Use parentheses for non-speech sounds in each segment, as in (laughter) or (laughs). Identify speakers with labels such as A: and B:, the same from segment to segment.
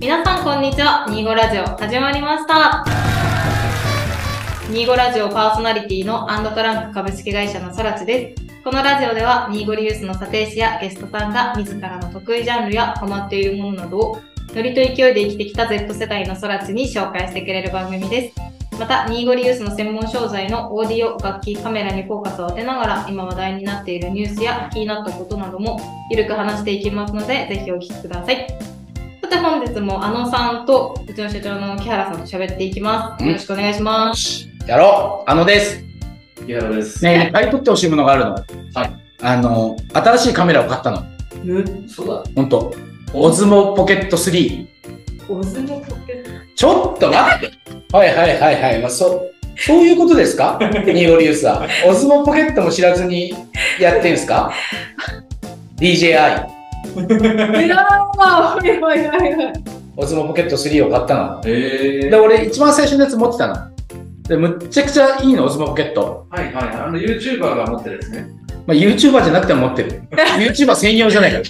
A: にちは。ニーゴラジオ始まりました。ニーゴラジオパーソナリティのアンドトランク株式会社のそらちです。このラジオでは、ニーゴリユースの査定士やゲストさんが自らの得意ジャンルやハマっているものなどをノリと勢いで生きてきた Z 世代のそらちに紹介してくれる番組です。また、ニーゴリユースの専門商材のオーディオ、楽器、カメラにフォーカスを当てながら、今話題になっているニュースや気になったことなどもゆるく話していきますので、ぜひお聞きください。さて本日もあのさんとうちの社長の木原さんと喋っていきます。
B: うん
A: よろしくお願いします。
B: やろうあのです
C: 木原です。
B: ねえ、買い取ってほしいものがあるの。
C: はい。
B: あの、新しいカメラを買ったの。
C: そうだ。
B: ほんと。オズモポケット3。
A: オズモポケッ
B: ちょっと待ってはいはいはいはい。まあ、そ、そういうことです
A: (laughs)
B: かニーゴリウスは。オズモポケットも知らずにやってんすか ?DJI。
A: (laughs) ト。いらんわ。はいはいはいはい。
B: オズモポケット3を買ったの。
C: ええ
B: で、俺一番最初のやつ持ってたの。で、むっちゃくちゃいいの、オズモポケット。
C: はいはい。あの、YouTuber が持ってるやつね。
B: まあ、YouTuber じゃなくても持って (laughs) る。YouTuber 専用じゃないから。
C: こ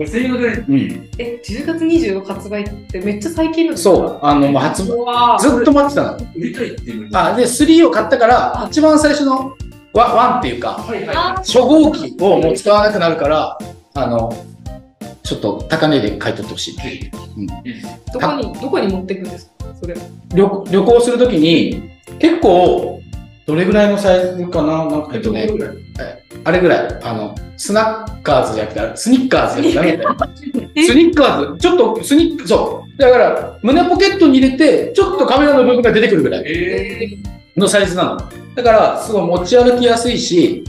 C: れ専用で、
B: うん。
A: え、10月25発売ってめっちゃ最近の
B: そう。あの、もう発売、
A: うわー
B: ずっと待ってたの。
C: 売りたいっていうのに
B: あで3を買ったから一番最初のワワンっていうか
C: はい
A: あ
C: は
B: 初号機をもう使わなくなるからあのちょっと高値で買い取ってほしい
C: い。ぜひいいですね
A: どこにどこに持ってくんですかそれ。
B: 旅旅行するときに結構どれぐらいのサイズかななんかえっとねあれぐらいあのスナッカーズじゃなくてあれスニッカーズじゃなくて
A: え
B: スニッカーズちょっとスニッそうだから胸ポケットに入れてちょっとカメラの部分が出てくるぐらい
C: え
A: え
B: のサイズなの。だから、すごい持ち歩きやすいし、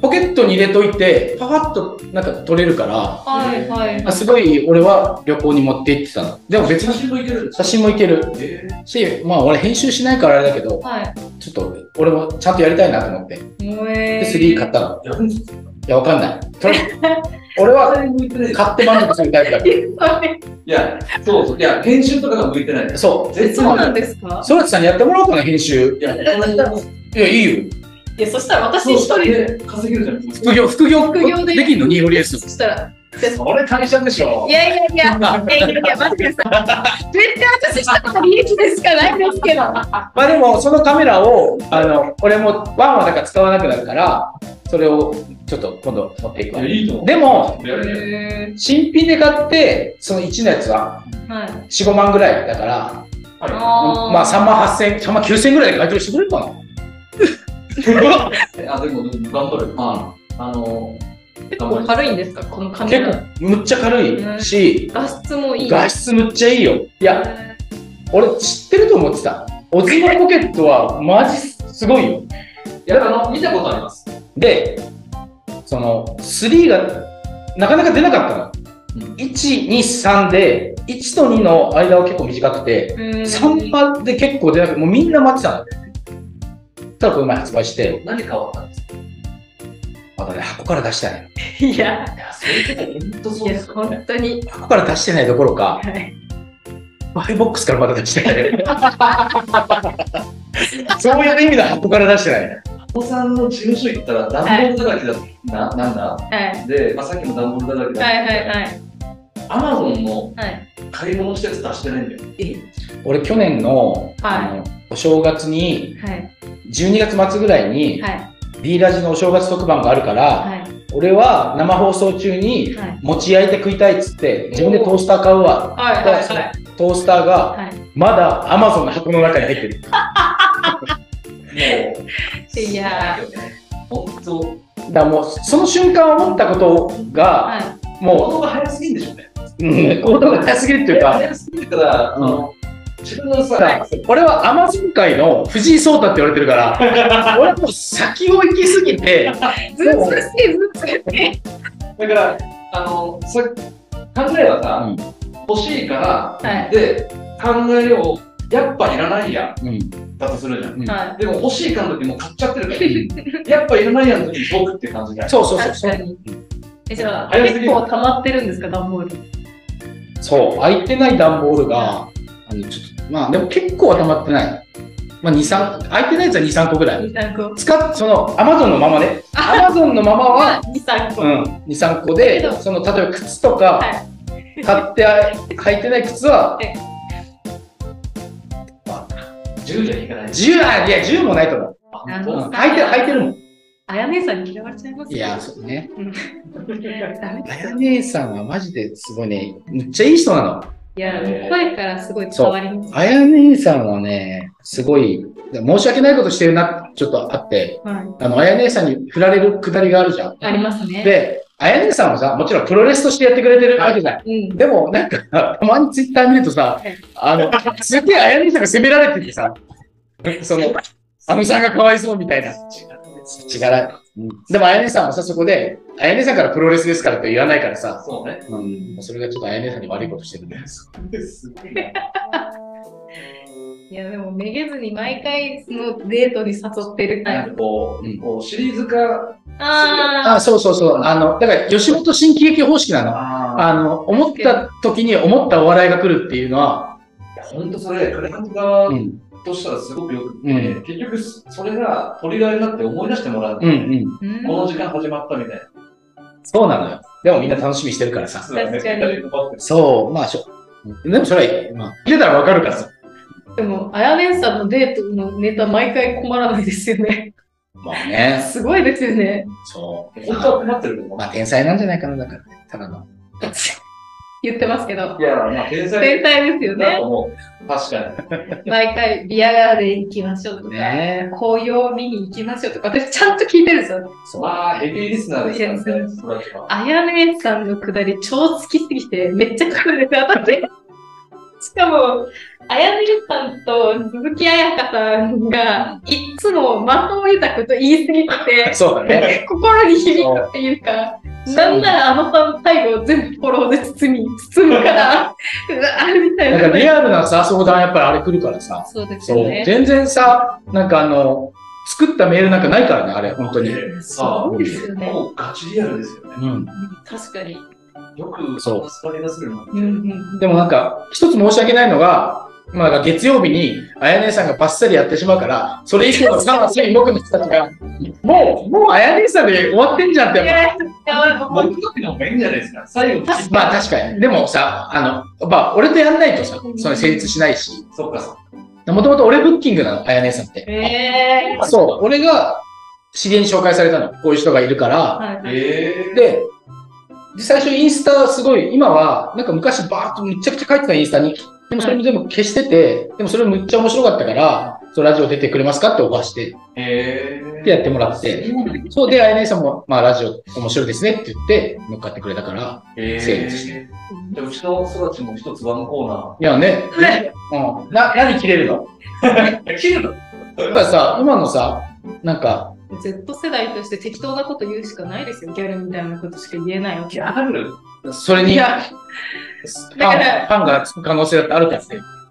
B: ポケットに入れといて、パパッとなんか取れるから、
A: はいはい。
B: あすごい俺は旅行に持って行ってたの。でも
C: ー、
B: 別
C: 写
B: に
C: 真もいけるんです
B: 写真もいける
C: え
B: し、まあ俺編集しないからあれだけど、
A: はい。
B: ちょっと俺もちゃんとやりたいなと思って、
A: もえ
B: で3買ったの。
C: ー、やるんですか
B: いや、わかんない。とりあえず俺は
C: 誰に向いてない
B: 買って満足するタイプだか
C: いや、そうそう。いや、編集とかが向いてない
B: ら。。そう。
C: 絶
A: そうなん
C: 対
A: ですか。
B: ソラチさんにやってもらおうかな、編集。
C: いや、こんなに
B: いや、いいよ。
A: いやそしたら私一人で。
C: 稼げるじゃん。
B: 副業、副業、
A: 副業で
B: できんのニーゴリエー
A: そ
B: ス。
A: したら。
B: (laughs) それ会社でしょ
A: い。やいやいや、いやいやいや、待ってください。絶対私したから利益でしかないんですけど。
B: まあでもそのカメラをあの俺もワンはだから使わなくなるからそれをちょっと今度持っていくわ
C: いや、いいと思う。
B: でも
C: いやいや
A: へ
B: 新品で買ってその1のやつは
A: ーはい。
B: 45万ぐらいだから
C: は
A: あー
B: まあ3万8000 3万9000ぐらいで買い取りしてくれる
A: (laughs)
B: か
C: い。あ、でも、頑張る。まあ、あの、
A: 結構軽いんですか、このカ
B: な
A: メ
B: 結
A: ラ。
B: 構むっちゃ軽いし
A: 画質もいい。
B: 画質むっちゃいいよい
A: い
B: や俺知ってると思ってたオズマポケットはマジすごいよ
C: いや、あの、見たことあります。
B: でその3がなかなか出なかったの、
C: う
B: 123で1と2の間は結構短くて、3番で結構出なくてもうみんな待ってたのただこの前発売して
C: 何変わったんですか
B: まだね箱から出してない
A: いや、
C: いや、それとか、本当そ
A: いう
C: で
A: や
C: すよね。
A: 本当に。
B: 箱から出してないどころか
A: はい
B: マイボックスからまだ出してないそういう意味の箱から出してない
C: お子さんの事務所行ったら、段ボールだらけだ、な、なんだ
A: はい
C: で、まあ、さっきの段ボールだらけだ。
A: はいはいはい
C: アマゾンの
A: はい。
C: 買い物したやつ出してないんだよ。
B: 俺去年の,、あのお正月に
A: はい
B: 12月末ぐらいに、
A: はい
B: B ラジのお正月特番があるから、
A: はい
B: 俺は生放送中に
A: はい
B: 餅焼いて食いたいっつって自分でトースター買うわ
A: はいはいはい
B: トースターが
A: は
B: まだ Amazon の箱の中に入ってる
C: もう。
A: いや
C: 本当。
B: だからもうその瞬間思ったことが
A: い。
B: も
C: 行動が早すぎんでしょうね。
B: う、うん、行動が早すぎるっていうか
C: 早すぎるから、あの自分のさ、
B: 俺は Amazon 界の藤井聡太って言われてるから
A: (laughs)
B: 俺はもう先を行きすぎて
A: ずうずうしいずうずうしい。
C: だから、あの、さ考えはさ、欲しいか
A: は
C: ら、で、考えを、やっぱいらないや、
B: うん
C: だとするじゃん。
B: うん
A: は
C: でも欲しいかの時もう買っちゃってるか
B: うん
A: (laughs)
C: ら、やっぱいらないやの時に僕って感じが。
B: そうそう
A: い。
B: そう
A: 確
B: そう
A: かに。えじゃあ結構溜まってるんですか段ボール。
B: そう、空いてない段ボールが、あのちょっとまあでも結構は溜まってない。まあ2、3、空いてないやつは2、3個ぐらい。
A: 二三個。
B: 使っその、アマゾンのままね。アマゾンのままは、
A: 二三個。
B: う
A: はい
B: ん、2、3個で
A: けど、
B: その、例えば靴とか、買って、あ履いてない靴は
A: え、
C: 10じゃいかない。
B: 10、あ、いや、10もないと思う。
A: あ
C: あ、
A: の
C: そう
B: うん履いてる、履いてるもん。
A: あや姉さんに嫌われちゃいます
B: い
A: よ
B: や、そうね。
A: ダメ
B: あや姉さんはマジですごいね、むっちゃいい人なの。
A: いや、もう声からすごい伝わります。
B: あや姉さんはね、すごい、申し訳ないことしてるな、ちょっとあって、
A: はい
B: あの、あや姉さんに振られるくだりがあるじゃん。
A: ありますね。
B: で、あや姉さんはさ、もちろんプロレスとしてやってくれてるわけじゃん。
A: うん。
B: でも、なんか、たまにツイッター見るとさ
A: はい、
B: あの、すげえあや姉さんが責められててさ、その、あのさんがかわいそうみたいな。違
C: う。
B: う。でも、あや姉さんはさ、そこで、あや姉さんからプロレスですからと言わないからさ、
C: そうね。
B: うん、それがちょっとあや姉さんに悪いことしてるんです。
C: すごいな。
A: いや、でもめげずに毎回そのデートに誘ってる
C: な
A: 感じ。
C: んかこ
B: うん
C: う、こうシリーズ化。
A: あ
B: あ、そうそうそう。あの、だから、吉本新喜劇方式なの。
C: ああ。
B: あの、思った時に思ったお笑いが来るっていうのは、
C: 本当それ、クライアント側
B: うん、
C: としたらすごくよくって、
B: うん
C: 結局それがトリガーになって思い出してもらう、
B: うん、うん。
A: ーうん
C: この時間始まったみたいな。
B: そうなのよ。でもみんな楽しみにしてるからさ。
A: かに
B: そう、まあ、しょ、でもそれは、まあ、見てたらわかるからさ。
A: でも、あやねんさんのデートのネタ毎回困らないですよね。
B: まあね、
A: すごいですよね。
B: そう。
C: 本当は困ってると思う。
B: まあ、天才なんじゃないかな、だからね。ただ (laughs) の。
A: 言ってますけど。
C: いや、まあ、天才
A: 天才ですよ
C: だ
A: ね。
C: と思う。確かに。
A: 毎回ビアガーデン行きましょうとか、
B: ね
A: 紅葉見に行きましょうとか、私ちゃんと聞いてるんですよ。
B: そう。
C: まあ、ヘビーリスナーですからね、そらちは。
A: あやねんさんのくだり超好きすぎて、めっちゃ隠れて当たって。しかも、あやねんさんと鈴木彩香さんが、いっつもまとめたこと言いすぎてて、
B: そうだね。
A: 心に響くっていうか、なんならあのさん最後全部フォローで包み、包むから、うわあみたい
B: なん
A: な
B: か。リアルなさ、相談やっぱりあれ来るからさ。
A: そうです
B: そ
A: よ
B: う。
A: ね。
B: 全然さ、なんかあの、作ったメールなんかないからね、あれ、本当に。う
C: さ
A: そうですよ
C: あ、
A: ね。
C: もうガチリアルですよね。
B: ん。
A: 確かに。
C: よく、
B: そう
C: スパリ出するの。
A: うんうん。
B: でもなんか、一つ申し訳ないのが、まあ、なんか月曜日に、あやねさんがバッサリやってしまうから、 (laughs) それ以降の3月に僕の人たちが、もう、もうあやねさんで終わってんじゃんっ
A: い
B: て。
A: や、やばい。
C: 僕ときの方がいいんじゃないですか。最後、
B: まあ確かに。でもさ、あの、まあ俺とやんないとさ、その成立しないし、
C: そっかそっか。
B: もともと俺ブッキングなの、あやねさんって。
A: えー。
B: そう、俺が知り合いに紹介されたの。こういう人がいるから。
A: はいはい
C: ええ。
B: で、で最初インスタすごい、今は、なんか昔バーっとむちゃくちゃ書いてたインスタに。でもそれも全部消してて、でもそれむっちゃ面白かったから、そうラジオ出てくれますかってオファーして、
C: ええ。
B: でやってもらって。そうで、あやねさんも、まあラジオ面白いですねって言って、乗っかってくれたから。
C: ええ。
B: 成立して
C: じゃあ、うちの育ちも一つワンコーナ
B: いやね、
A: ね
B: うん。な、何切れるの
C: ー。 (laughs) 切るの
B: やっぱさ、今のさ、なんか、
A: Z 世代として適当なこと言うしかないですよ。ギャルみたいなことしか言えないわけ。
C: ギャル
B: それ
A: い
B: に、ファン
A: や、から
B: ファンがつく可能性だってあるからね。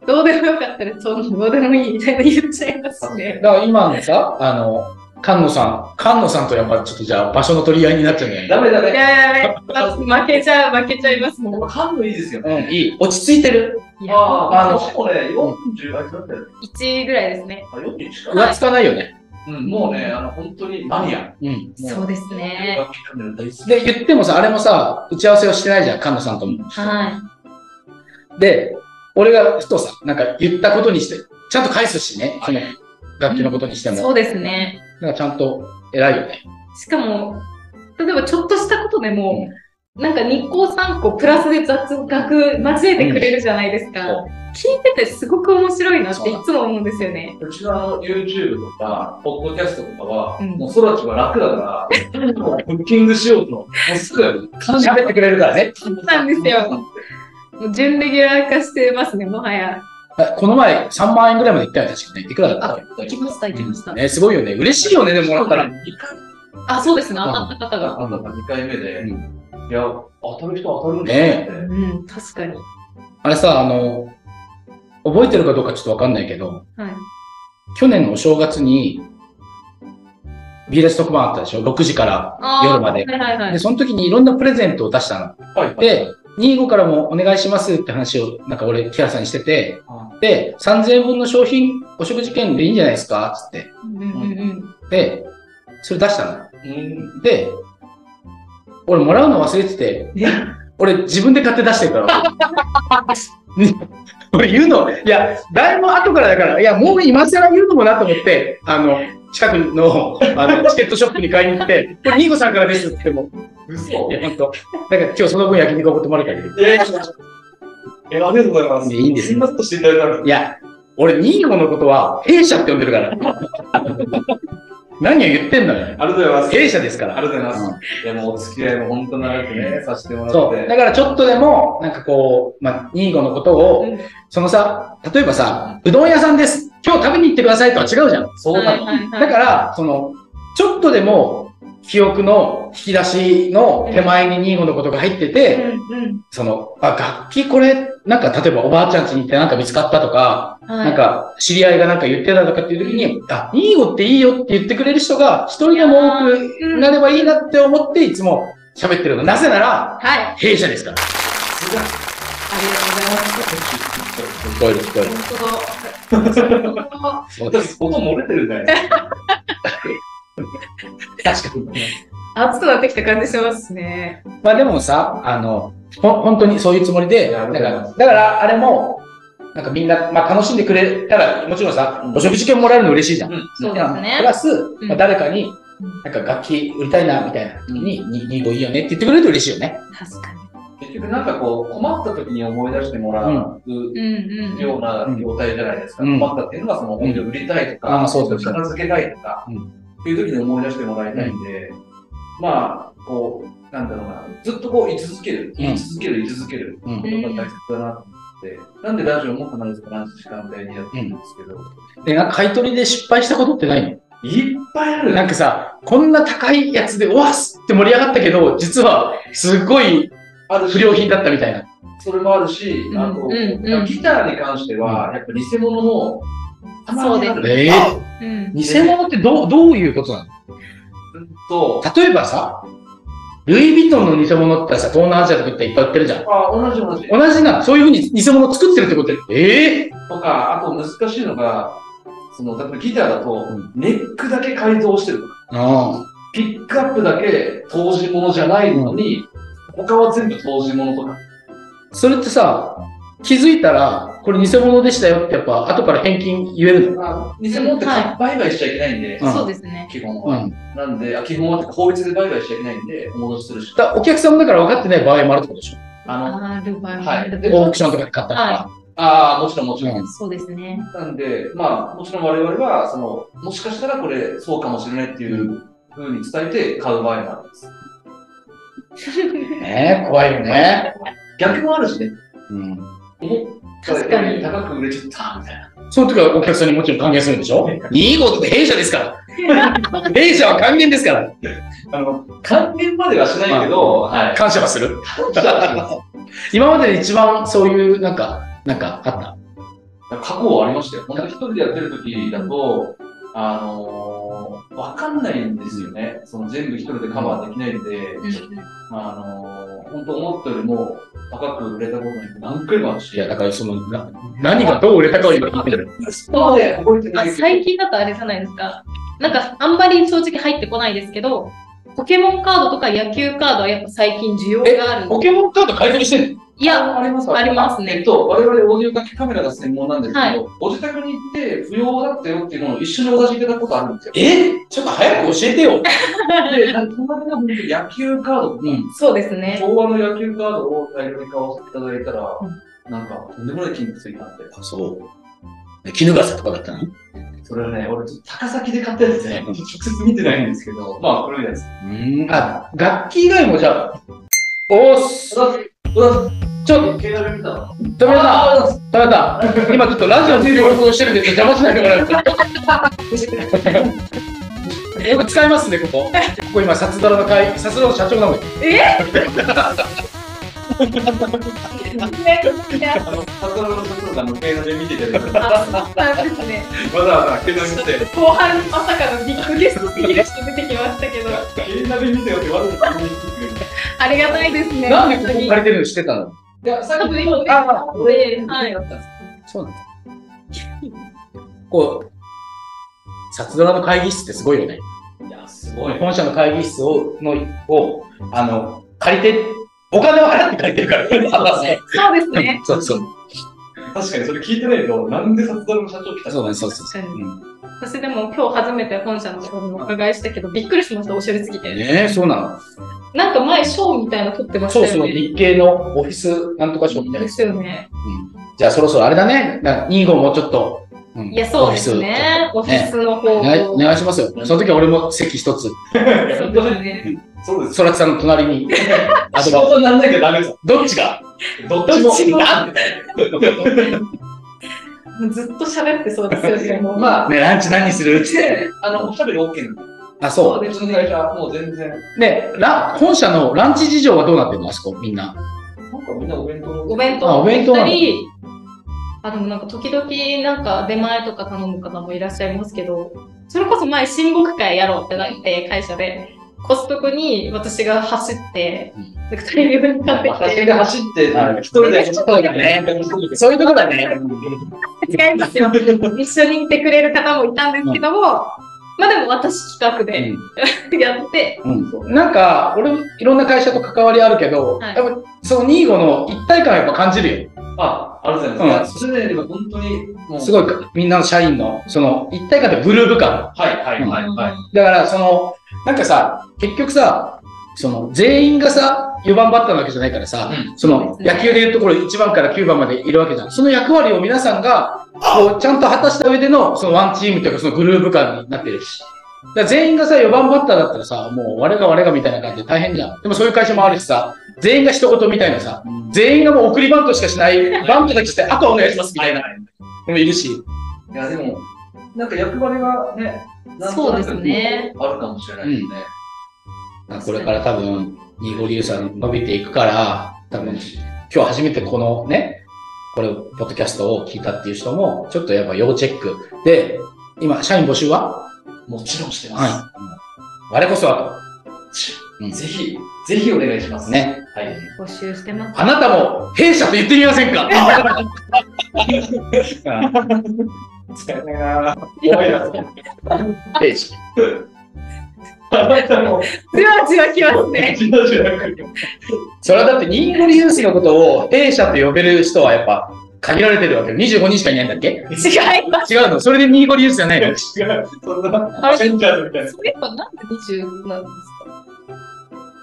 A: どうでもよかったら、そんなどうでもいいみたいな言っちゃいますね。
B: だから今のさ、あの、菅野さん、菅野さんとやっぱちょっとじゃあ場所の取り合いになっちゃうんじゃない
C: ダメだ
A: い
C: ね。
A: やいやばい負けちゃう、負けちゃいますもん。
C: 感度いいですよね。
B: うん、いい。落ち着いてる。
A: いや、
C: ああ、
B: あの
C: もうね、40、あ、いつだったよね。
A: 1位ぐらいですね。
C: あ、40か。
B: 浮つかないよね。
C: うん、もうね、あの、本当にマニア。
B: うん。
A: そうですね。
C: 楽器カメラ大好き。
B: で、言ってもさ、あれもさ、打ち合わせをしてないじゃん、菅野さんとも。
A: は
B: で、俺がふとさ、なんか言ったことにして、ちゃんと返すしね、その楽器のことにして
A: い。
B: も。
A: そうですね。
B: なんかちゃんと偉いよね。
A: しかも、例えばちょっとしたことでも、なんか日光3個プラスで雑学交えてくれるじゃないですか。
B: うん
A: 聞いててすごく面白いなっていつも思うんですよね。
C: うちのあの YouTube とか、ポッドキャストとかは、
A: うん
C: もう空ちは楽だ
B: (laughs)
C: から、もうブッキングしようと、もうすぐ、
B: 喋ってくれるからね。
C: そう
A: なんですよ。もう準レギュラー化してますね、もはや。
B: あこの前、3万円ぐらいまで行ったよね、確かね。いくらだった
A: 行きました、行きました。
B: ね、すごいよね。嬉しいよね、でもらったら。
C: 2回
A: あ、そうですね、当たった方が。
C: あなんだか二回目で、
B: う
C: いや、当たる人は当たるんだ
B: ね
C: って。
A: うん、確かに。
B: あれさ、あの、覚えてるかどうかちょっとわかんないけど、
A: はい。
B: 去年のお正月に、BS 特番あったでしょ ?6 時から
A: あー
B: 夜まで。
A: はいはいは
B: で、
A: い。
B: その時にいろんなプレゼントを出した
C: はい
B: の。で、25からもお願いしますって話を、なんか俺、キャラさんにしてて、
C: あ
B: で、3000円分の商品、お食事券でいいんじゃないですかつって。
A: うんうんうん。
B: で、それ出した
C: うん
B: の。で、俺もらうの忘れてて、
A: ね
B: (laughs) 俺自分で買って出してるから。これ言うの、いや、だいぶ後からだから、いや、もう今更言うのもなと思って、あの、近くの、あの、チケットショップに買いに行って、これ、ニーゴさんからですって言っても、
C: 嘘
B: いや、本当だから今日その分焼肉おごってもらったけど。
C: ええ、ありがとうございます。
B: いやいいんです
C: そんなことしていただいたん
B: いや、俺、ニーゴのことは、弊社って呼んでる
C: (laughs)
B: から。何を言ってんのよ。
C: ありがとうございます。
B: 弊社ですから。
C: ありがとうござい
B: うん
C: ます。いや、もうお付き合いも本当長くね、させてもら
B: そ
C: っ
B: う。
C: て。
B: だからちょっとでも、なんかこう、まあ、ニーゴのことを、
A: うん
B: そのさ、例えばさ、うどん屋さんです。今日食べに行ってくださいとは違うじゃん。
C: そうなの。
A: はいはい
B: だから、その、ちょっとでも、記憶の引き出しの手前にニーゴのことが入ってて、
A: うんうん
B: その、あ、楽器これ、なんか例えばおばあちゃん家に行ってなんか見つかったとか、
A: はい
B: なんか知り合いがなんか言ってたとかっていう時に、あ、ニーゴっていいよって言ってくれる人が一人でも多くなればいいなって思っていつも喋ってるの。なぜなら、
A: はい。あ
B: 弊社ですから。
A: りがとうございます。
B: 聞こえる聞こえる。
A: 本当
B: (laughs)
A: だ。本
B: そうです。
C: 私、音漏れてるんだよね。
B: 確かに。
A: 当暑くなってきた感じしますね。
B: まあでもさ、あの、ほ本当にそういうつもりで、
C: な
B: な
C: る
B: ん
C: ほど
B: かだからあれも、なんかみんな、まあ楽しんでくれたら、もちろんさ、
C: うん
B: お食事券もらえるの嬉しいじゃん。
C: うん
A: そうですね
B: プラス、
A: ん
B: まあ、誰かに
A: うん、
B: なんか楽器売りたいな、みたいな時に、に、にごいいよねって言ってくれると嬉しいよね。
A: 確かに。
C: 結局なんかこう、困った時に思い出してもらう
A: うんうん。
C: ような業態じゃないですか。
B: うん
C: 困ったっていうのは、その本で売りたいと
B: うんあ
C: か、
B: あそうそうそう
C: 片付けたいとか、
B: う
C: っていう時に思い出してもらいたいんで、まあ、こう、なんだろうな、ずっとこう、居続ける、言い続ける、言い続ける。
B: うん。
C: ことが大切だなと思って、なんでラジオも必ず同じ時間帯にやってるんですけど、
B: で、なんか買い取りで失敗したことってない
C: いっぱいあ
B: の
C: る
B: なんかさ、こんな高いやつで、うわっすって盛り上がったけど、実は、すっごい
C: あるし
B: 不良品だったみたいな。
C: それもあるし、
A: ん
C: あと、
A: うんうん
C: ギターに関しては、やっぱ偽物もたまにあ
A: そう
C: る。
B: ですね
C: あ
A: うん。
B: 偽物ってどう、どういうことなの
C: うんと、
B: 例えばさ、ルイ・ヴィトンの偽物ってさ、東南アジアとか行ったらいっぱい売ってるじゃん。
C: あ同じ同じ。
B: 同じな、そういうふうに偽物を作ってるってことええ
C: とか、あと難しいのが、その、例えばギターだと
B: ん、
C: ネックだけ改造してるとか、
B: あ
C: ピックアップだけ当時物じゃないのに、他は全部当時物とか。
B: あ。それってさ、気づいたら、これ偽物でしたよってやっぱ、後から返金言える
C: あ偽物って
A: は
C: 売買しちゃいけないんで、
B: うん
A: そうですね。
C: 基本
B: の。う
C: は。
B: ん。だか
C: なんで、あ基本は法律で売買しちゃいけないんで、お戻しするし。
B: らお客さんもだから分かってない場合もあるってことでしょ
C: あの、
A: ある場合も
C: は
A: あ
C: い
A: る。
B: オークションとかで買ったとか。
A: は
C: ああ、もちろんもちろん。
B: うん
A: そうですね。
C: なんで、まあ、もちろん我々は、その、もしかしたらこれ、そうかもしれないっていうふうに伝えて買う場合もあるんです。
B: ねえ、怖いよね。
C: 逆もあるしね、
B: うん。
C: 思った
A: 確か
C: より
A: に。
C: 高く売れちゃった、みたいな。
B: その時はお客さんにもちろん還元するんでしょいいことって弊社ですから。弊社は還元ですから。
C: あの、還元まではしないけど、はい。 (laughs)
B: 感謝はする。
C: 感謝はします
B: 今までで一番そういう、なんか、なんかあった
C: 過去はありましたよ。本当に一人でやってる時だと、あのー、わかんないんですよね。その全部一人でカバーできないんで、
A: うん
C: あのー、本当思ったよりも高く売れたことなんて何回もあるし、
B: いや、だからその、な何がどう売れたかを今聞いてる。
C: そこまで覚えてな
A: あ
C: いけど
A: 最近だとあれじゃないですか。なんか、あんまり正直入ってこないですけど、ポケモンカードとか野球カードはやっぱ最近需要があるんで
B: ポケモンカード買い取りしてんの
A: いや、
C: あります
A: ありますね
C: えっと、我々オーディオ楽器カメラが専門なんですけど、
A: はい
C: ご自宅に行って不要だったよっていうのを一緒にお出しいただくことあるんで
A: (laughs)
C: すよ。
B: えちょっと早く教えてよ。
C: で、なんか隣が本当に野球カード、
B: うん。
A: そうです
C: (laughs)
A: ね。
C: 昭和の野球カードを大量に買わせていただいたら、
A: う
C: なんかとんでもない金がついたんで、
B: あそう。絹笠とかだったの
C: それはね、俺ちょっと高崎で買ったやつね、直接見てないんですけど、まあ、これみたいです。
B: うん。あ、楽器以外もじゃあ、おーっす。
C: 小田
B: ちょっと、
C: 慶太郎見たの
B: 食べた食べた今ちょっとラジオで録音してるけど邪魔しないでも
A: (laughs)
B: らえますかこれ使いますね、ここ。ここ今、札ドラの会、札ドラの社長なのに。
C: あの、高田のところがあの慶太郎で見て
B: (laughs)
C: たけど、わ
A: あそうですね。
C: ざわざ慶太郎見て、
A: 後半まさかのビッグゲストすぎる人出てきましたけど、
C: 慶太郎見てよってわざわざ見に来てくれる。
A: ありがたいですね。
B: なんでここ
A: に
B: 借りてるの知ってたの
C: いや、さっ
A: 多
C: き
A: 分今
C: の
A: ね、
B: ああ
A: ではい、
B: そうなんだ。こう、札ドラの会議室ってすごいよね。
C: いや、すごい。
B: 本社の会議室を、の、を、あの、借りてお金を払って書いてるから。
A: そうですね。
B: (laughs) そうそう。
C: 確かにそれ聞いてないと、なんで札幌の社長来た
B: そう
C: の
B: ね、そうそうそ
A: 確かに
B: う。うん
A: 私でも今日初めて本社の方にお伺いしたけど、びっくりしました、おしゃれすぎて。
B: ねえ、そうな
A: なんか前、ショーみたいなの撮ってま
B: の。
A: した
B: そ
A: よ
B: う
A: ね。
B: そう、日系のオフィスなんとかショップみた
A: で
B: いなやつ
A: すよね。
B: うんじゃあそろそろあれだね。な2号もうちょっと。うん
A: いや、そうですね。オ
B: オ
A: フ
B: フ
A: ィ
B: ィス
A: スの方
B: ちょっと
A: を。
B: ねお願いしますよ。その時は俺も席一つ、
A: そうですね。
C: そうです。
B: そらちさんの隣に、 (laughs) あ
C: 仕
B: とは、
C: 事にならなきゃダメです。
B: どっち
A: (laughs)
B: が
C: どっちも。
B: どっちも
C: なんで
A: ずっと喋ってそうですよね。もう
C: まあ、
B: ね、ランチ何するって。
C: あの、おしゃべり OK なんで。
B: あ、そ
C: で、うちの会社、もう全然、
B: う。ね、ラ本社のランチ事情はどうなってるのあそこ、みんな。
C: なんかみんなお弁当
A: お弁
B: あ
A: 当
B: お弁当な
A: た
B: んだ
A: り、あ、でもなんか時々なんか出前とか頼む方もいらっしゃいますけど、それこそ前、親睦会やろうってなって、会社で。コストコに私が走って
B: うん、
A: で二人分買ってき
C: 私
A: て。
C: が走って、
B: はい
C: 一人で走った
B: そうだねそういうとこだね。
A: 違いますよ。一緒にいてくれる方もいたんですけども、まあでも私企画でやって、
B: うん。うんなんか、俺、いろんな会社と関わりあるけど、
A: はい
B: やっぱ、その2号の一体感はやっぱ感じるよ。
C: あ、あるじゃないですか。それで、本当に、もう
B: すごい、みんなの社員の、その、一体感ってグルーヴ感。
C: はい、はい、はい、はい。
B: だから、その、なんかさ、結局さ、その、全員がさ、4番バッターなわけじゃないからさ、
C: うん
B: その、野球でいうところ1番から9番までいるわけじゃん。その役割を皆さんが、こう、ちゃんと果たした上での、そのワンチームというか、そのグルーヴ感になってるし。だから全員がさ、4番バッターだったらさ、もう、我が我がみたいな感じで大変じゃん。でもそういう会社もあるしさ、全員が一言みたいなさ、全員がもう送りバントしかし
C: (laughs)
B: ない、バントだけして、あとはお願いしますみたいな、
C: はい
B: のもいるし。
C: いや、でも、なんか役割がね、なん
A: そ
C: と
A: う
C: な
A: で
C: く
A: すね。
C: あるかもしれないですね。
B: これから多分、ニゴリュウさん伸びていくから、多分、今日初めてこのね、これ、ポッドキャストを聞いたっていう人も、ちょっとやっぱ要チェック。で、今、社員募集は
C: もちろんしてます。
B: はい。我こそはうん
C: ぜひ、ぜひお願いします。
B: と。。ね。 (laughs)
C: はい。 (laughs)
A: 募集してます。
B: あなたも、弊社と言ってみませんか
C: 使
B: (laughs)
C: えないなぁ。
B: 弊社。
C: あなたも、
A: じわじわきます
C: (laughs)
A: ね。
C: じわじわ来る
B: それはだって、ニゴリュウスのことを弊社と呼べる人はやっぱ、限られてるわけよ。25人しかいないんだっけ
A: 違います。
B: 違うのそれでニゴリュウスじゃないの
C: 違う。そんな、アベンジャーズみたいな。
A: それはなんで20なんですか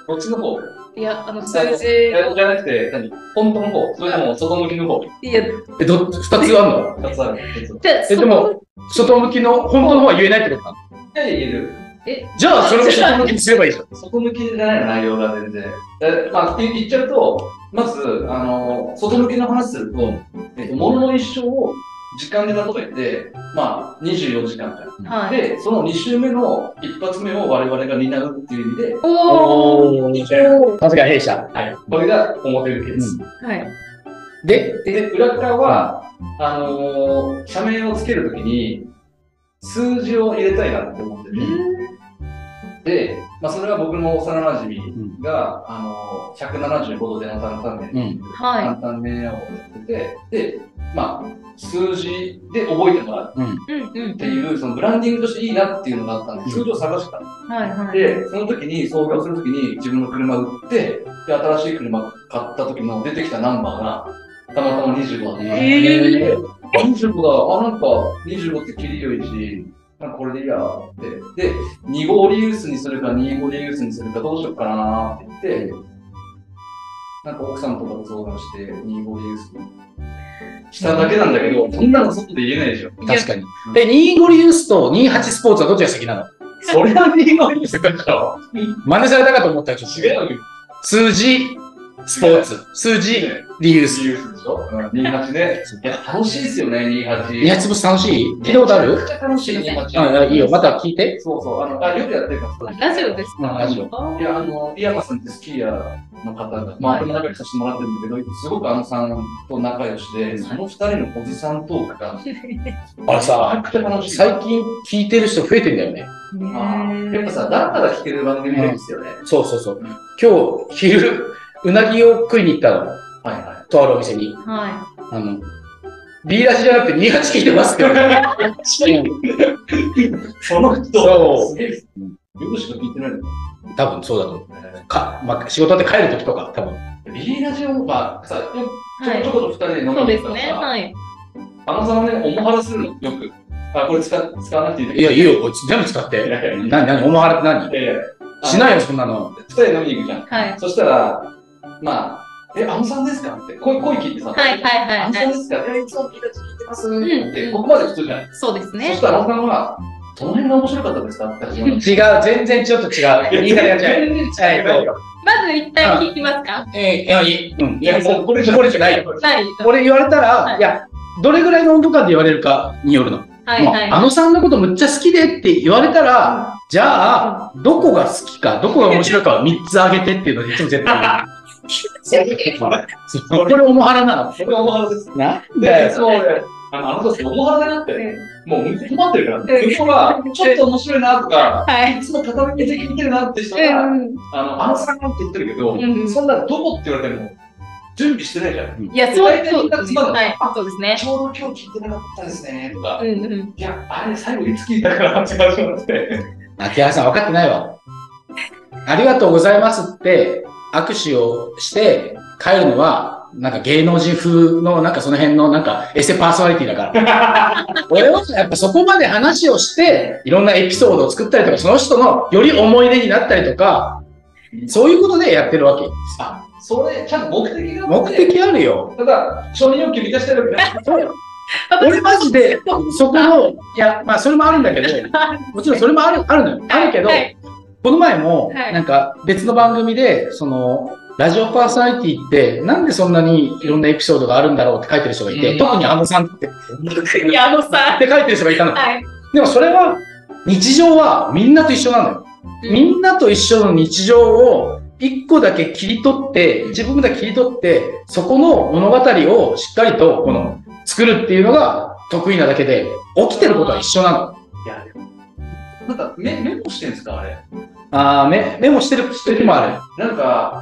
C: こっちの方。
A: いや、あの、数字
C: いやじゃなくて、何フォントの方。それとも外向きの方。
A: いや、
B: え、ど、二つあんの
C: 二つある。二つ
A: じゃあ、
B: え、でも、外向きの、本当の方は言えないってことなの
C: いやいや言える。
B: じゃあ、それも外向きにすればいいじゃん。
C: 外向きじゃないの、内容が全然。でまあ、って言っちゃうと、まず、あの、外向きの話すると、えっと、ものの一生を時間で例えて、まあ、24時間じゃ
A: そのはい。
C: で、その2週目の一発目を我々が担うっていう意味で、
A: おー。
B: (laughs) おー。さすが弊社。
C: はい、これが表向きです。
A: はい。
B: で、
C: で、裏側は、あのー社名をつけるときに、数字を入れたいなって思ってて、で、まあ、それは僕の幼馴染
B: うん。
C: が、あのー、175度での単単面、
B: うん
A: は
C: 簡単めをやってて、で、まあ、数字で覚えてもらう
B: うん。
A: い。うんうん
C: っていう、そのブランディングとしていいなっていうのがあったんで、
B: うん
C: 数字を探したん
A: はいはい。
C: で、その時に、創業する時に自分の車売って、で、新しい車買った時の出てきたナンバーが、たまたま25だった。
A: え
B: ー。
C: 25だ、あ、なんか25って切り良いし、なんかこれでいいやって。で、2号リユースにするか2号リユースにするかどうしようかなって言って、なんか奥さんとかと相談して2号リユースにしただけなんだけど、そんなの外で言えないでしょ。
B: 確かに。で、25リユースと28スポーツはどっちが先なの
C: それは2号リユースだから。
B: 真似されたかと思ったらちょっと
C: 違うよ。
B: 数字、スポーツ。数字、リユース。
C: リユースでしょ。うん28ね。いや、楽しいですよね、28。
B: 28スポーツ楽しい聞いたことあ
C: めち
B: る
C: ゃくちゃ楽しい、
B: あ、
C: 28。
B: いいよ。また聞いて。
C: そうそう、あの、あ、よくやってるから。
A: ラジオです
B: うん
A: か
B: ラジオ
C: いや、あの、井山さんってスキーヤーの方が、まあ、俺も仲良くさせてもらってるんだけど、すごくあのさんと仲良しで、その二人のおじさんトークが、
B: あれさ、
C: めちゃくちゃ楽しい。
B: 最近聞いてる人増えてんだよね。
C: あーやっぱさ、
A: ね
C: だから聞ける番組なんですよね。
B: そうそうそう。今日、昼、うなぎを食いに行ったの。
C: はいは
B: とあるお店に。
A: えは
B: あの、B ラジじゃなくて28聞いてますって言われて。うん
C: い。その
B: そう
C: すげえ。よくしか聞いてないの
B: 多分そうだと思う。か、まあ、仕事で帰るときとか、多分。
C: ビリーラジオがさ、よちょ
A: はい
C: ちょこちょこ二人で飲
A: そ
C: む
A: う
C: で
A: ですす
C: か
A: ね。
C: ら、
A: はい。
C: あのさんね、重はらするの、よく。あ、これ使使わなくていいんだけ
B: いや、
C: ど
B: いいよ、こいつ全部使っ
C: い
B: て。
C: やいやい
B: 何、何、おまはらって何
C: やいや。
B: しないよ、そんなの。
C: 二人で飲みに行くじゃん。
A: はい。
C: そしたら、まあ、え、あのさんですかって、声、声聞いてさ、
A: はいはい
C: あ
A: は
C: の
A: い
C: さん
A: は
C: ですかいや、いつも聞いた聞いてます
A: ん
C: って、ここまで普通じゃない。
A: い。そうです
C: そ
A: ね
C: し。たら、あのさんは、どの辺が面白かったですかって始まる
B: 違う、全然ちょっと違う。言い方が違う。
C: 全然
B: え
C: 違う
B: ーっ
C: よ。
A: まず一旦聞きますか
B: えー、いや、いい。うん。
C: い
B: い
C: や、
B: や、
C: も
B: も
C: う
B: う、
C: これじゃ
B: これじゃない。
A: はい。
B: 俺言われたら、
A: はい
B: い、や、どれぐらいの温度感で言われるかによるの。
A: はい
B: ま
A: はい。
B: あ、あのさんのことむっちゃ好きでって言われたら、じゃあ、どこが好きか、どこが面白いかを3つあげてっていうのでいつも絶対言うそう。これ、おもはらなの。
C: これ重はらです。
B: なんだ
C: で、い
B: よ。
C: つも俺、あの、あのさん、重はらだなって、もう困ってるから、
A: うん
C: 向こうが、ちょっと面白いなとか、
A: はい。
C: いつも傾けて聞いてるなって人
A: う
C: が、
A: ん
C: あの、あのさんって言ってるけど、
A: うん
C: そんなどこって言われても、準備してないじゃん。
A: いや、そう
C: 大体
A: そ
C: み
A: うん
C: なつまんな
A: はいい、そうですね。
C: ちょうど今日聞いてなかったですね、とか
A: う。んうん。
C: いや、あれ最後いつ聞いたかなって話になって。
B: 秋葉さん、分かってないわ。ありがとうございますって、握手をして帰るのは、なんか芸能人風の、なんかその辺の、なんかエセパーソナリティだから。俺はやっぱそこまで話をして、いろんなエピソードを作ったりとか、その人のより思い出になったりとか、そういうことでやってるわけ。
C: あ、それ、ちゃんと目的があっ
B: 目
C: て。
B: 的あるよ。
C: ただ、承認欲求満たしてるわけじゃない。
B: 俺マジで、そこの、いや、まあそれもあるんだけど、もちろんそれもある、あるのよ。あるけど、
A: はい
B: この前も、
A: はい
B: なんか別の番組で、その、ラジオパーソナリティって、なんでそんなにいろんなエピソードがあるんだろうって書いてる人がいて、
C: うん
B: 特にあのさんって、っ (laughs)
A: いや、あのさ、
B: て書いてる人がいたの。
A: はい。
B: でもそれは、日常はみんなと一緒なのよ。みんなと一緒の日常を、一個だけ切り取って、一部分だけ切り取って、そこの物語をしっかりと、この、作るっていうのが得意なだけで、起きてることは一緒なの。
C: いや、でもなんか、メメモしてんですか、あれ。
B: あーメメモしてる時もある。
C: なんか、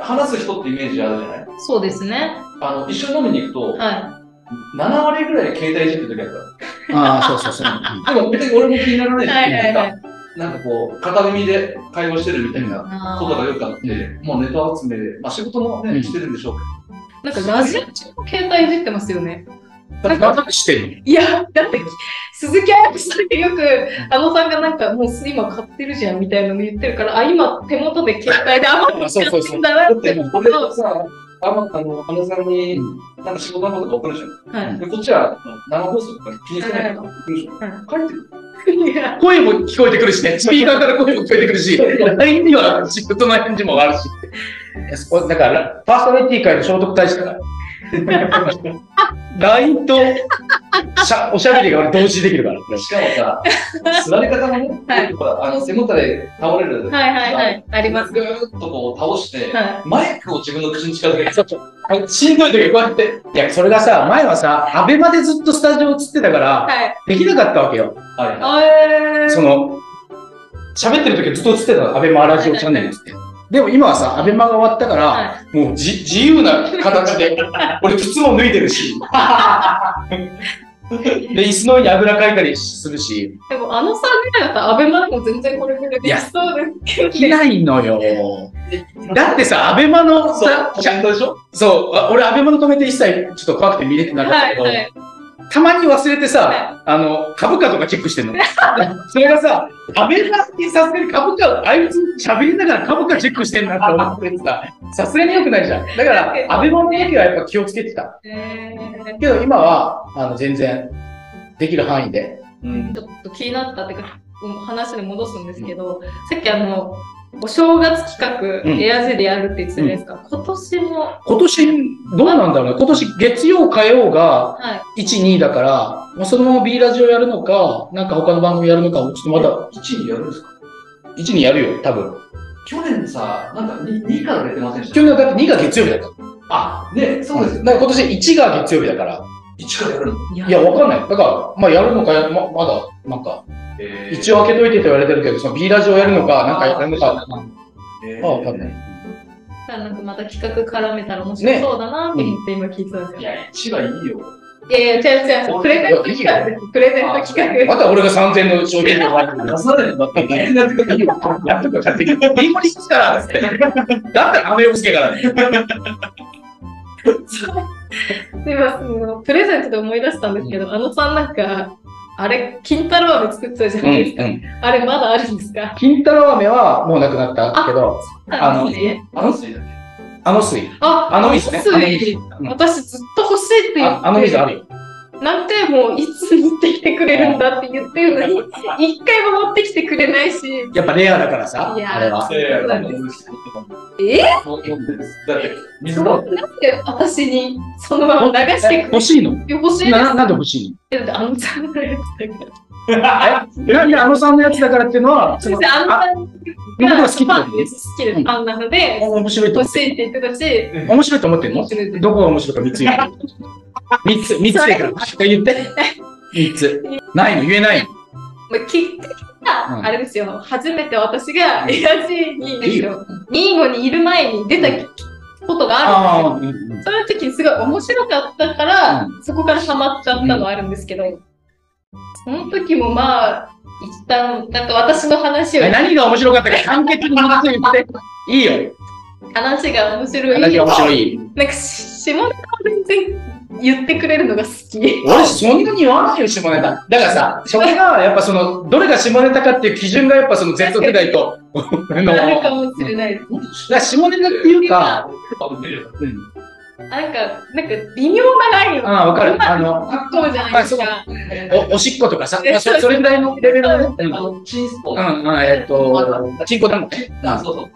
C: 話す人ってイメージあるじゃない
A: そうですね。
C: あの、一緒に飲みに行くと、
A: は
C: 7割ぐらい携帯いじってる時ある
B: ああ、そうそうそう。うん
C: から。でも別に俺も気にならない
A: い。
C: し、
A: はいはいはい。
C: なんかこう、片耳で会話してるみた
B: (laughs)
C: いな
A: あ
C: ことがよくあって、もうネタ集めで、まあ仕事も
B: う
C: ね、
B: ん
C: してるんでしょうけど。
A: ーなんかラジオ中も携帯いじってますよね。なんか
B: なんかしてる
A: いや、だって、鈴木彩子さんってよく、あのさんがなんか、もう今買ってるじゃんみたいなの言ってるから、あ、今手元で携帯でアマゾン
B: あそう
A: 使
B: そうそ
A: って
B: う
A: んだなって。
C: だって、俺がさ、あの、あの、あのさんに、なんか仕事のことが送るじゃ
A: は
C: ん。で、こっちは生放送とか気にしてないから送るじゃん。帰ってくる。
A: い。いや、
B: 声も聞こえてくるし (laughs) ね、スピーカーから声も聞こえてくるし、LINE には仕事の返事もあるし。いやそこだから、パーソナリティ界の聖徳太子だ (laughs) から。LINE と (laughs) しゃおしゃべりが俺同時できるから。
C: しかもさ、
B: (laughs)
C: 座り方もね、
A: はい
C: ほら、あの背もたれ倒れる。
A: はいはいはい。あります。
C: ぐーっとこう倒して、
A: は
C: マイクを自分の口に近づけて、
B: そうそうしんどい時はこうやって。いや、それがさ、前はさ、アベマでずっとスタジオ映ってたか
A: い。
B: ら、
A: はい。
B: できなかったわけよ。
C: はいは
A: あえー
B: その、喋ってる時はずっと映ってたの、アベマラジオチャンネルにって。でも今はさ、アベマが終わったから、
A: は
B: もうじ自由な形で、俺靴も脱いでる (laughs) し、で、椅子の上にあぐらかいたりするし、
A: い。でも、あのさんみたいなさ、アベマでも全然これぐらいできそうですけど
B: 着
A: ね。
B: ないのよ。
C: い。
B: だってさ、アベマの
C: そう
B: さ、、
C: コ
B: じ
C: メ
B: ゃ
C: ントでしょ
B: そう、あ俺アベマの止めて一切ちょっと怖くて見れてなかった
A: は
B: け
A: い
B: ど、
A: はい。
B: たまに忘れて
A: は
B: さ、あの、株価とかチェックしてんの。 (laughs) それがさ、アベマにさすがに株価、あいつ喋りながら株価チェックしてんなって思ってさ、さすがに良くないじゃん。だから、アベマの時はやっぱ気をつけてた。
A: えー
B: けど今は、あの、全然、できる範囲で。
C: うん。
A: ちょっと気になったっていうか、話に戻すんですけど、さっきあの、お正月企画、
B: うん
A: エアジェでやるって言ってたじゃないですか。今年も、は
B: 今年、どうなんだろうね。今年、月曜、火曜が、
A: い。
B: 1、2だから、もうそのまま B ラジオやるのか、なんか他の番組やるのかも、ちょっとま
C: 1位やるんですか
B: だ、1、2やるよ、多分。
C: 去年さ、なんか 2, 2から出てませんでした
B: 去年はだって2が月曜日だった。
C: あ、ね、そうですよ。
B: だから今年1が月曜日だから。
C: 1からやるの。
A: い
B: いや、わかんない。だから、まあやるのかや、ままだ、なんか、
C: え
B: 一応開けといてと言われてるけど、その B ラジオやるのか、なんかやるのか、
C: え
B: まあわかんない。
A: なんかまた企画絡めたら面白そうだなって思って今聞いてたんです
C: い
A: よ。
C: や、1はいいよ。
A: いやいや、違う違う違う。プレゼント企画です。プレゼント企
B: また俺が3000の商品を買
C: (laughs)
B: ってくる。
C: 出さないのだって、大変な時に
B: やっとか買ってきて、リンゴリスからっつって。だったらアメをつけからね。
A: 画。すいませんあの。プレゼントで思い出したんですけど、あのさんなんか、あれ、金太郎飴作ってたじゃ
B: うん
A: ないですか。
B: うん。
A: あれ、まだあるんですか
B: 金太郎飴はもうなくなったけど、あの
A: そうですね
C: あの人だ
B: あの水。
A: あ、
B: あの水ね。あの水。うん
A: 私ずっと欲しいって言って
B: ああの水あるよ。
A: 何回もいつ持ってきてくれるんだって言ってるのに、一回も持ってきてくれないし、
B: やっぱレアだからさ、
A: いやー
B: あれは。
C: いやいや、だって、
A: え
C: 水
A: な
C: の
A: んで私にそのまま流してく
B: 欲しいの
A: れ欲しいで
B: ななんで欲しい
A: すけど、あのちゃんのやつだから。
B: のなんであのさんのやつだからっていうのは、そ
A: 先
B: の
A: 生、あのち
B: あ
A: ゃん
B: 僕
A: が
B: が好きってこと
A: ファンです。好きで
B: う
A: す。
B: ん
A: ファンなので、
B: 面白い
A: 欲
B: と思っ
A: しいって言ってたし、
B: て面白いと思ってんの
A: 面白いです
B: どこが面白いか3つ言 (laughs) う3つ、3つだから、しっかり言って。3つ。ないの言えないの。
A: まあ、きっかけ
B: う
A: が、
B: ん
A: あれですよ、初めて私がエアジーに、
B: いい
A: ニーゴにいる前に出たことがあるんですよ。
B: ああ、うんうん
A: その時すごい面白かったから、そこからハマっちゃったのはあるんですけど、その時もまあ、一旦、なんか私の話を、
B: え何が面白かったか簡潔に3つ言って。いいよ。
A: 話が面白い。
B: 話が面白い。
A: なんかし、下ネタを全然言ってくれるのが好き。
B: 俺、そんなに言わないよ、下ネタ。だからさ、それが、やっぱその、どれが下ネタかっていう基準が、やっぱその Z 世代 (laughs) と、の、
A: ある
B: だか
A: かもしれないです。
B: ら下ネタっていうか、うん
A: なんか、なんか微妙なラインを
B: ああ、わかる。あの、
A: こうじゃないですか。
B: お、おしっことかさ、まあそそれぐらいのレベルのね。うん
C: あの、チンスポ
B: う。ん、うん、えっと、チンコだもんね。
C: あ、そうそう。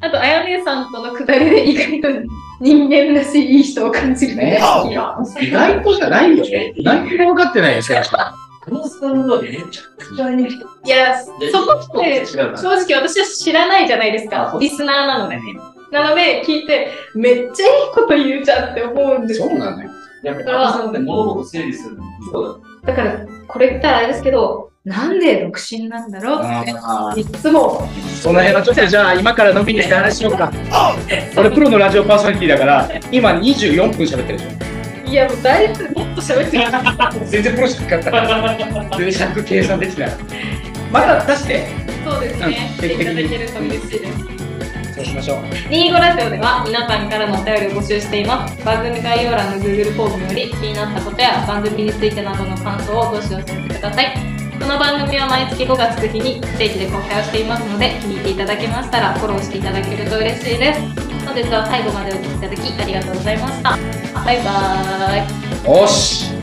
A: あと、あやねさんとのくだりで意外と人間らしいいい人を感じるのが好き。
B: 意外とじゃないよね。何にも分かってないよ、その人。
C: このスタンドはめちゃくちゃに
A: いや、そこって、
C: 違うな。
A: 正直私は知らないじゃないです
C: あ
A: か
C: そ。う
A: リスナーなのでね。なので、聞いて、めっちゃいいこと言うじゃんって思うんです
B: そうなのよ。
C: やっぱ、さんって物事を整理する。そう
A: だから、これ言ったらあれですけど、なんで独身なんだろう
B: あ
A: っ
B: あ
A: て、いつも、
B: その辺はちょっとじゃあ、今から飲みに行って話しようか。俺、プロのラジオパーソナリティだから、今24分喋ってるでし
A: いや、もうだいぶもっと喋ってる。
B: ょ。全然プロじゃなか (laughs) った。全然計算できない。また出して。
A: そうです
B: うん
A: ね。していただけると嬉しいです。
B: そうしましょう。
A: ニーゴラジオでは皆さんからのお便りを募集しています。番組概要欄の Google フォームより気になったことや番組についてなどの感想をどしどしお寄せください。この番組は毎月5月9日に不定期で公開をしていますので、気に入っていただけましたらフォローしていただけると嬉しいです。本日は最後までお聴きいただきありがとうございました。バイバーイ。
B: よし。